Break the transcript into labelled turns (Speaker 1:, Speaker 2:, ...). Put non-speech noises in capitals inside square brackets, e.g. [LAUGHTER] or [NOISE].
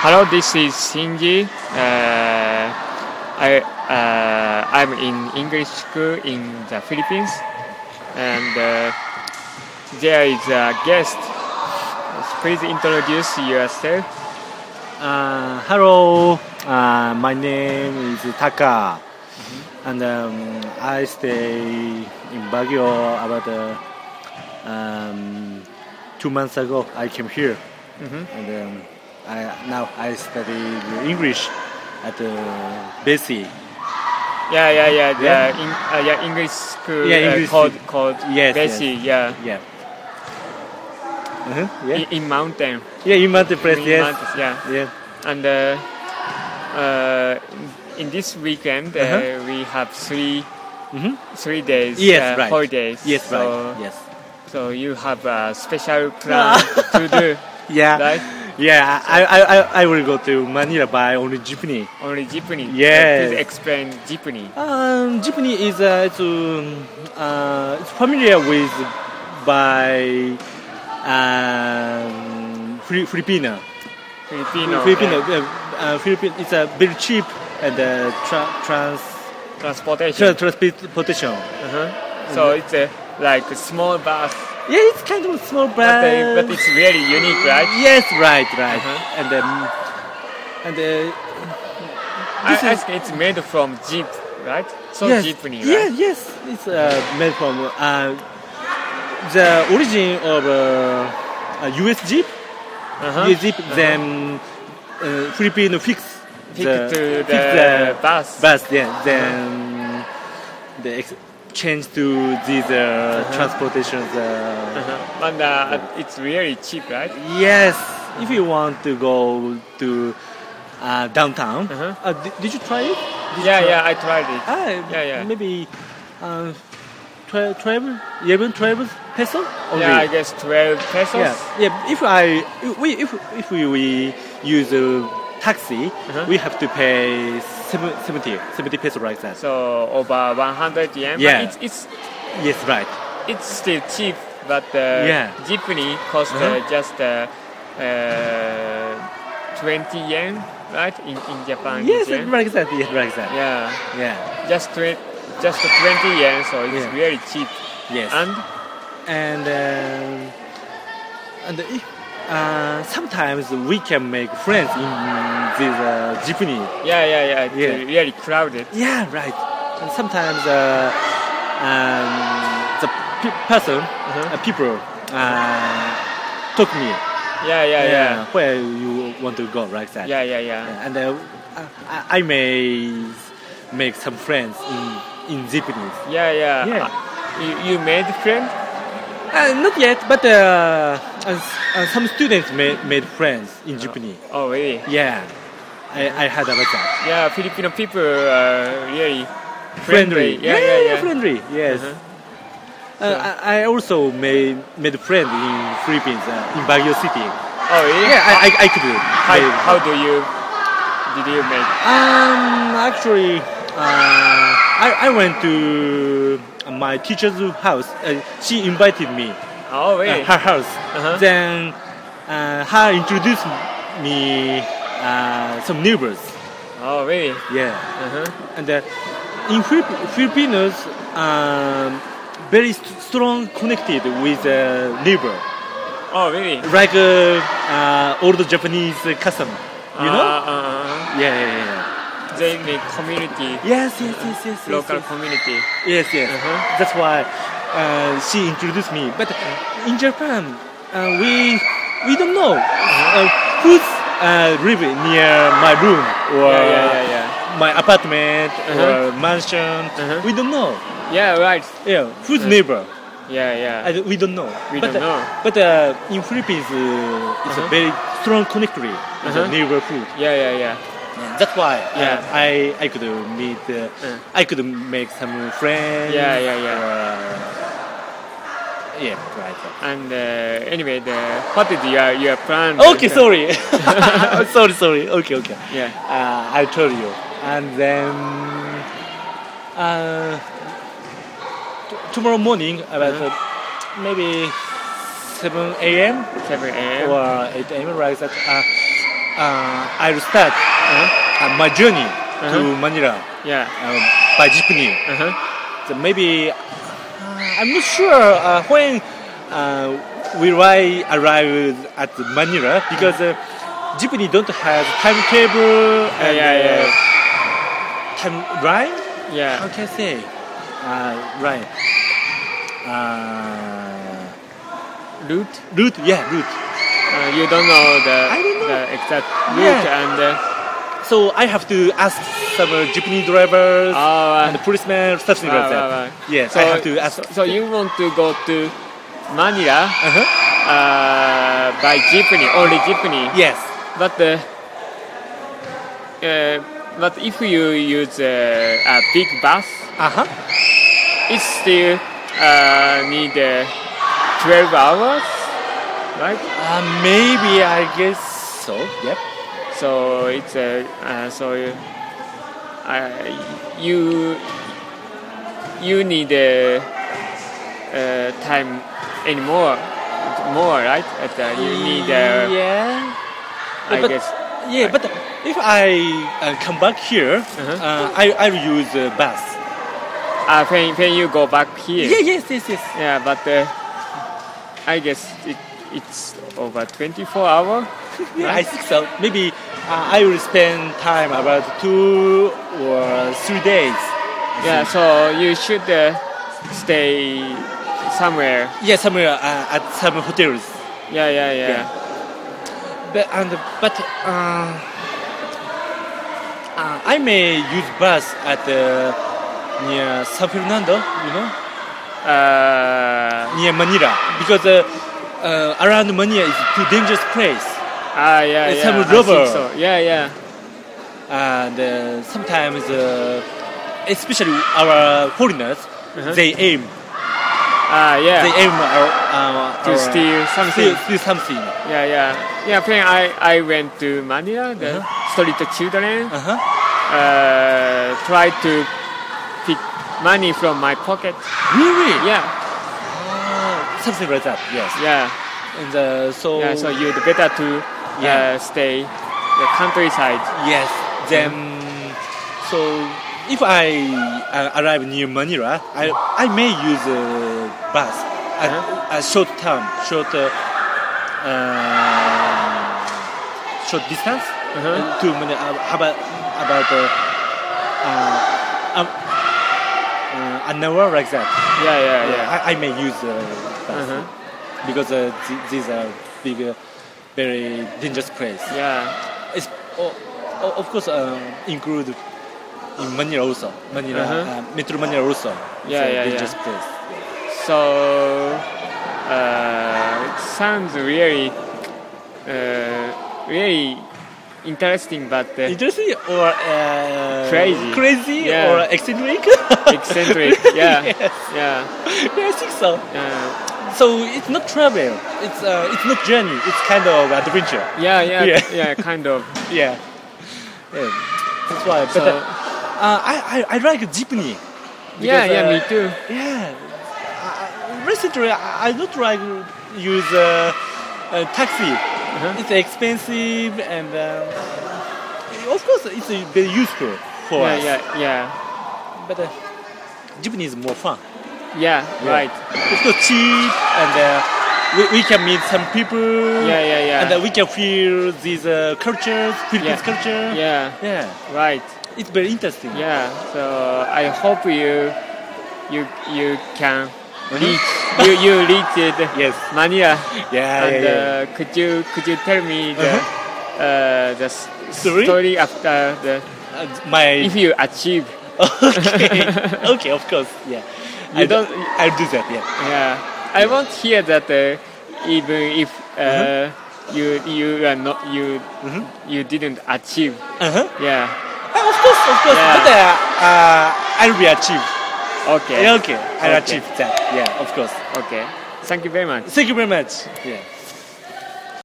Speaker 1: Hello, this is Shinji. Uh, I uh, I'm in English school in the Philippines, and uh, there is a guest. Please introduce yourself.
Speaker 2: Uh, hello, uh, my name is Taka, and um, I stay in Baguio about uh, um, two months ago. I came here, and um, I, now I study English at uh, BC.
Speaker 1: Yeah, yeah, yeah. The
Speaker 2: Yeah.
Speaker 1: In, uh, yeah English school
Speaker 2: Yeah,
Speaker 1: uh,
Speaker 2: English
Speaker 1: called
Speaker 2: school.
Speaker 1: called
Speaker 2: Yes,
Speaker 1: Bessie. Yeah.
Speaker 2: Yeah. Uh-huh, yeah,
Speaker 1: In, in mountain.
Speaker 2: yeah, in Montepress,
Speaker 1: in
Speaker 2: yes,
Speaker 1: mountains, yeah.
Speaker 2: yeah.
Speaker 1: And uh, uh, in this weekend uh,
Speaker 2: Uh-huh.
Speaker 1: we have three
Speaker 2: Mhm.
Speaker 1: three days
Speaker 2: Yes,
Speaker 1: uh,
Speaker 2: right.
Speaker 1: holidays.
Speaker 2: Yes,
Speaker 1: so,
Speaker 2: right. Yes.
Speaker 1: So you have a
Speaker 2: [LAUGHS]
Speaker 1: special plan to do,
Speaker 2: Yeah.
Speaker 1: right?
Speaker 2: Yeah, I, I, I, I will go to Manila by only jeepney.
Speaker 1: Only jeepney. Uh,
Speaker 2: Yes.
Speaker 1: Please explain jeepney.
Speaker 2: Um, jeepney is uh, it's, um, uh, it's familiar with by um, Fili- Filipino.
Speaker 1: Filipino.
Speaker 2: Filipino.
Speaker 1: uh,
Speaker 2: Uh, uh, Filipino. It's a very cheap and uh, tra- trans
Speaker 1: transportation.
Speaker 2: tra- transportation.
Speaker 1: Uh-huh. So it's uh, like a small bus,
Speaker 2: Yeah, it's kind of small
Speaker 1: but, uh,
Speaker 2: brand.
Speaker 1: but it's really unique, right?
Speaker 2: Yes, right, right.
Speaker 1: Uh-huh.
Speaker 2: And um, and uh,
Speaker 1: I,
Speaker 2: This
Speaker 1: I
Speaker 2: is-
Speaker 1: think it's made from jeep, right? So
Speaker 2: yes.
Speaker 1: jeepney,
Speaker 2: Yeah,
Speaker 1: right?
Speaker 2: yes. It's uh, made from uh, the origin of uh, a US Jeep.
Speaker 1: Uh-huh.
Speaker 2: US Jeep, then uh, Filipino fix.
Speaker 1: Pick to the,
Speaker 2: fix Uh, the
Speaker 1: bus. Uh-huh.
Speaker 2: bus, yeah. Then they ex- change to these uh, transportation. Uh,
Speaker 1: Uh-huh. And uh, it's really cheap, right?
Speaker 2: Yes, if you want to go to uh, downtown.
Speaker 1: Uh-huh.
Speaker 2: Uh, did, did you try it? Did you
Speaker 1: Yeah,
Speaker 2: try-
Speaker 1: yeah, I tried it.
Speaker 2: Ah,
Speaker 1: Yeah, yeah.
Speaker 2: Maybe uh, twe- 12, 11, 12 peso? Only.
Speaker 1: Yeah, I guess 12 pesos.
Speaker 2: Oh, yeah. yeah. If I if we if, if we, we use a taxi,
Speaker 1: Uh-huh.
Speaker 2: we have to pay seven- 70, 70 peso like that.
Speaker 1: So over 100 yen. But
Speaker 2: Yeah.
Speaker 1: it's, it's
Speaker 2: yes, right.
Speaker 1: it's still cheap, but uh,
Speaker 2: Yeah.
Speaker 1: jeepney cost uh,
Speaker 2: Uh-huh.
Speaker 1: just uh, uh, 20 yen, right? In, in Japan.
Speaker 2: Yes,
Speaker 1: yen.
Speaker 2: like that. Yes, like that.
Speaker 1: Yeah,
Speaker 2: Yeah.
Speaker 1: just tw- just 20 yen, so it's
Speaker 2: Yeah.
Speaker 1: really cheap.
Speaker 2: Yes.
Speaker 1: And
Speaker 2: and um, and if, uh, sometimes we can make friends in this uh, jeepney.
Speaker 1: yeah, yeah, yeah, it's uh,
Speaker 2: Yeah.
Speaker 1: really crowded.
Speaker 2: Yeah, right. And sometimes uh, um, the pe- person,
Speaker 1: Uh-huh.
Speaker 2: uh people, uh, took me. Uh,
Speaker 1: Yeah, yeah, yeah,
Speaker 2: Where you want to go, like that.
Speaker 1: yeah, yeah, yeah.
Speaker 2: And uh, I, I may make some friends in in Japanese.
Speaker 1: Yeah, yeah.
Speaker 2: Yeah.
Speaker 1: Uh, you, you made friend?
Speaker 2: Uh, not yet, but uh, as, uh, some students made, made friends in Japanese.
Speaker 1: Oh, really?
Speaker 2: Yeah, I, I heard about that.
Speaker 1: Yeah, Filipino people are really friendly.
Speaker 2: Friendly.
Speaker 1: Yeah, yeah, yeah.
Speaker 2: friendly. Yes.
Speaker 1: Uh-huh.
Speaker 2: Uh, I I also made made friends in Philippines uh, in Baguio City.
Speaker 1: Oh, really?
Speaker 2: Yeah, I I, I could.
Speaker 1: How,
Speaker 2: make-
Speaker 1: how do you did you make?
Speaker 2: Um, actually, uh, I I went to my teacher's house. Uh, she invited me
Speaker 1: Oh, really?
Speaker 2: uh, her house.
Speaker 1: Uh-huh.
Speaker 2: Then uh, her introduced me uh, some neighbors.
Speaker 1: Oh, really?
Speaker 2: Yeah,
Speaker 1: Uh-huh.
Speaker 2: and uh, in Philip- Filipinos, um, very st- strong connected with uh, neighbor.
Speaker 1: Oh, really? You
Speaker 2: like uh, uh, old Japanese custom, you know?
Speaker 1: Uh, uh,
Speaker 2: Yeah, yeah, yeah.
Speaker 1: uh, they make community,
Speaker 2: Yes, yes, yes, yes.
Speaker 1: local
Speaker 2: yes,
Speaker 1: community.
Speaker 2: yes. yes, yes.
Speaker 1: Uh-huh.
Speaker 2: That's why uh, she introduced me. But in Japan, uh, we we don't know uh, who's uh, live near my room or
Speaker 1: Yeah, yeah, yeah, yeah.
Speaker 2: my apartment
Speaker 1: Uh-huh.
Speaker 2: or mansion.
Speaker 1: Uh-huh.
Speaker 2: We don't know.
Speaker 1: Yeah, right.
Speaker 2: Yeah, who's neighbor?
Speaker 1: Yeah, yeah.
Speaker 2: I, we don't know.
Speaker 1: We
Speaker 2: but,
Speaker 1: don't know.
Speaker 2: But uh, in Philippines, uh, it's
Speaker 1: Uh-huh.
Speaker 2: a very strong connectivity with
Speaker 1: Uh-huh.
Speaker 2: the neighborhood.
Speaker 1: Yeah, yeah, yeah.
Speaker 2: That's why
Speaker 1: Yeah.
Speaker 2: uh, I I could uh, meet uh,
Speaker 1: Mm.
Speaker 2: I could make some friends.
Speaker 1: Yeah, yeah, yeah.
Speaker 2: or- yeah, right. right.
Speaker 1: And uh, anyway, the, what is your your plan?
Speaker 2: Okay,
Speaker 1: [LAUGHS]
Speaker 2: sorry. [LAUGHS] sorry, sorry. Okay, okay.
Speaker 1: Yeah.
Speaker 2: Uh, I'll tell you. And then uh, t- tomorrow morning about
Speaker 1: Uh-huh.
Speaker 2: uh maybe seven a.m.
Speaker 1: Seven a.m.
Speaker 2: or 8 a.m. right? That uh, uh, I'll start uh, my journey
Speaker 1: Uh-huh.
Speaker 2: to Manila
Speaker 1: Yeah.
Speaker 2: uh, by jeepney.
Speaker 1: Uh-huh.
Speaker 2: So maybe uh, I'm not sure uh, when uh, will I arrive at Manila because uh, jeepney don't have timetable and
Speaker 1: yeah, yeah.
Speaker 2: uh, time right. How
Speaker 1: Yeah.
Speaker 2: can I say? Uh, right. Uh,
Speaker 1: Route.
Speaker 2: route, yeah, route.
Speaker 1: Uh, you don't know the,
Speaker 2: I don't know.
Speaker 1: the exact route
Speaker 2: Yeah.
Speaker 1: and uh,
Speaker 2: So I have to ask some uh, jeepney drivers
Speaker 1: oh, uh,
Speaker 2: [LAUGHS] and policemen, something
Speaker 1: Right,
Speaker 2: like that.
Speaker 1: right, right.
Speaker 2: Yes, I have to ask.
Speaker 1: So, so you want to go to Manila
Speaker 2: Uh-huh.
Speaker 1: uh, by jeepney, only jeepney.
Speaker 2: Yes.
Speaker 1: But uh, uh, but if you use uh, a big bus,
Speaker 2: Uh huh.
Speaker 1: it still uh, need uh, 12 hours, right?
Speaker 2: Uh, maybe I guess so. Yep.
Speaker 1: So it's uh, uh, so you- I you you need uh, uh, time anymore more right? But, uh, you need uh,
Speaker 2: yeah.
Speaker 1: I
Speaker 2: but,
Speaker 1: guess
Speaker 2: Yeah, but if I uh, come back here,
Speaker 1: Uh-huh.
Speaker 2: uh, I I will use uh, bus.
Speaker 1: uh, when when you go back here.
Speaker 2: Yeah. Yes. Yes. Yes.
Speaker 1: Yeah, but uh, I guess it, it's over 24 hour.
Speaker 2: Yeah, I think so. Maybe uh, I will spend time about two or three days.
Speaker 1: Yeah, so you should uh, stay somewhere.
Speaker 2: Yeah, somewhere uh, at some hotels.
Speaker 1: Yeah, yeah, yeah.
Speaker 2: But and but uh, uh, I may use bus at uh, near San Fernando, you know,
Speaker 1: Uh,
Speaker 2: near Manila, because uh, uh, around Manila is too dangerous place,
Speaker 1: ah, yeah,
Speaker 2: It's
Speaker 1: yeah.
Speaker 2: some
Speaker 1: I think
Speaker 2: rubber.
Speaker 1: so. Yeah, yeah.
Speaker 2: and uh, sometimes, uh, especially our foreigners,
Speaker 1: Uh-huh.
Speaker 2: they aim
Speaker 1: Ah, yeah.
Speaker 2: they aim our, uh,
Speaker 1: to
Speaker 2: our-
Speaker 1: steal something.
Speaker 2: steal, steal something.
Speaker 1: Yeah, yeah. Yeah, when I, I went to Manila, the
Speaker 2: Uh-huh.
Speaker 1: street children
Speaker 2: Uh huh.
Speaker 1: uh, tried to pick money from my pocket.
Speaker 2: Really?
Speaker 1: Yeah,
Speaker 2: Ah, something like that. Yes.
Speaker 1: yeah.
Speaker 2: And uh, so,
Speaker 1: Yeah, so you'd better to
Speaker 2: Yeah.
Speaker 1: uh, stay the countryside.
Speaker 2: yes. Then so if I uh, arrive near Manila, I I may use a bus a,
Speaker 1: Uh-huh.
Speaker 2: a short term, short uh, uh, short distance
Speaker 1: Uh-huh.
Speaker 2: to Manila. Uh, about about uh, uh, um, uh, an hour like that.
Speaker 1: Yeah, yeah, yeah.
Speaker 2: I, I may use uh, bus
Speaker 1: Uh-huh.
Speaker 2: because uh, th- these are big, uh, very dangerous place.
Speaker 1: Yeah.
Speaker 2: It's, o- o- of course um, include in Manila also, Manila
Speaker 1: Uh-huh.
Speaker 2: uh, Metro Manila also. It's
Speaker 1: Yeah,
Speaker 2: a
Speaker 1: yeah,
Speaker 2: dangerous
Speaker 1: yeah.
Speaker 2: place.
Speaker 1: So uh, it sounds really, uh, really interesting, but uh,
Speaker 2: Interesting or uh,
Speaker 1: Crazy.
Speaker 2: crazy
Speaker 1: Yeah.
Speaker 2: or eccentric?
Speaker 1: [LAUGHS] eccentric. Yeah,
Speaker 2: [LAUGHS] Yes.
Speaker 1: yeah.
Speaker 2: I think so.
Speaker 1: Uh,
Speaker 2: So it's not travel. It's uh, it's not journey. It's kind of adventure.
Speaker 1: yeah, yeah,
Speaker 2: Yeah.
Speaker 1: [LAUGHS] yeah, Kind
Speaker 2: [LAUGHS]
Speaker 1: of.
Speaker 2: Yeah. yeah. That's why. But
Speaker 1: So,
Speaker 2: uh, uh, I, I I like jeepney.
Speaker 1: yeah,
Speaker 2: because,
Speaker 1: yeah.
Speaker 2: uh,
Speaker 1: me too.
Speaker 2: Yeah. I- I- Recently, I I don't like use uh, uh, taxi.
Speaker 1: Uh-huh.
Speaker 2: It's expensive and um, of course it's uh, very useful for
Speaker 1: Yeah,
Speaker 2: us.
Speaker 1: yeah, yeah,
Speaker 2: But uh, jeepney is more fun.
Speaker 1: yeah.
Speaker 2: Yeah.
Speaker 1: Right.
Speaker 2: It's not cheap and uh, we, we can meet some people.
Speaker 1: Yeah, yeah, yeah.
Speaker 2: And uh, we can feel these uh, cultures,
Speaker 1: Yeah.
Speaker 2: Philippines culture.
Speaker 1: Yeah.
Speaker 2: Yeah.
Speaker 1: Right.
Speaker 2: It's very interesting.
Speaker 1: Yeah, so I hope you you you can reach you you reached
Speaker 2: [LAUGHS] Yes.
Speaker 1: Mania.
Speaker 2: Mm-hmm. Yeah,
Speaker 1: and
Speaker 2: yeah, Uh-huh.
Speaker 1: Uh, could you could you tell me the uh the s-
Speaker 2: Story?
Speaker 1: story after the
Speaker 2: Uh, my
Speaker 1: if you achieve
Speaker 2: [LAUGHS] okay, okay, of course, yeah.
Speaker 1: You
Speaker 2: I don't.
Speaker 1: don't-
Speaker 2: I'll do that. Yeah.
Speaker 1: yeah I won't hear that uh, even if uh, you you are not you you didn't achieve
Speaker 2: Uh-huh.
Speaker 1: yeah
Speaker 2: Uh, of course, of course.
Speaker 1: Yeah.
Speaker 2: But uh, uh, I'll be achieved.
Speaker 1: okay
Speaker 2: Yeah, okay,
Speaker 1: Okay.
Speaker 2: I'll achieve that. Yeah, of course.
Speaker 1: okay thank you very much
Speaker 2: Thank you very much. Yeah.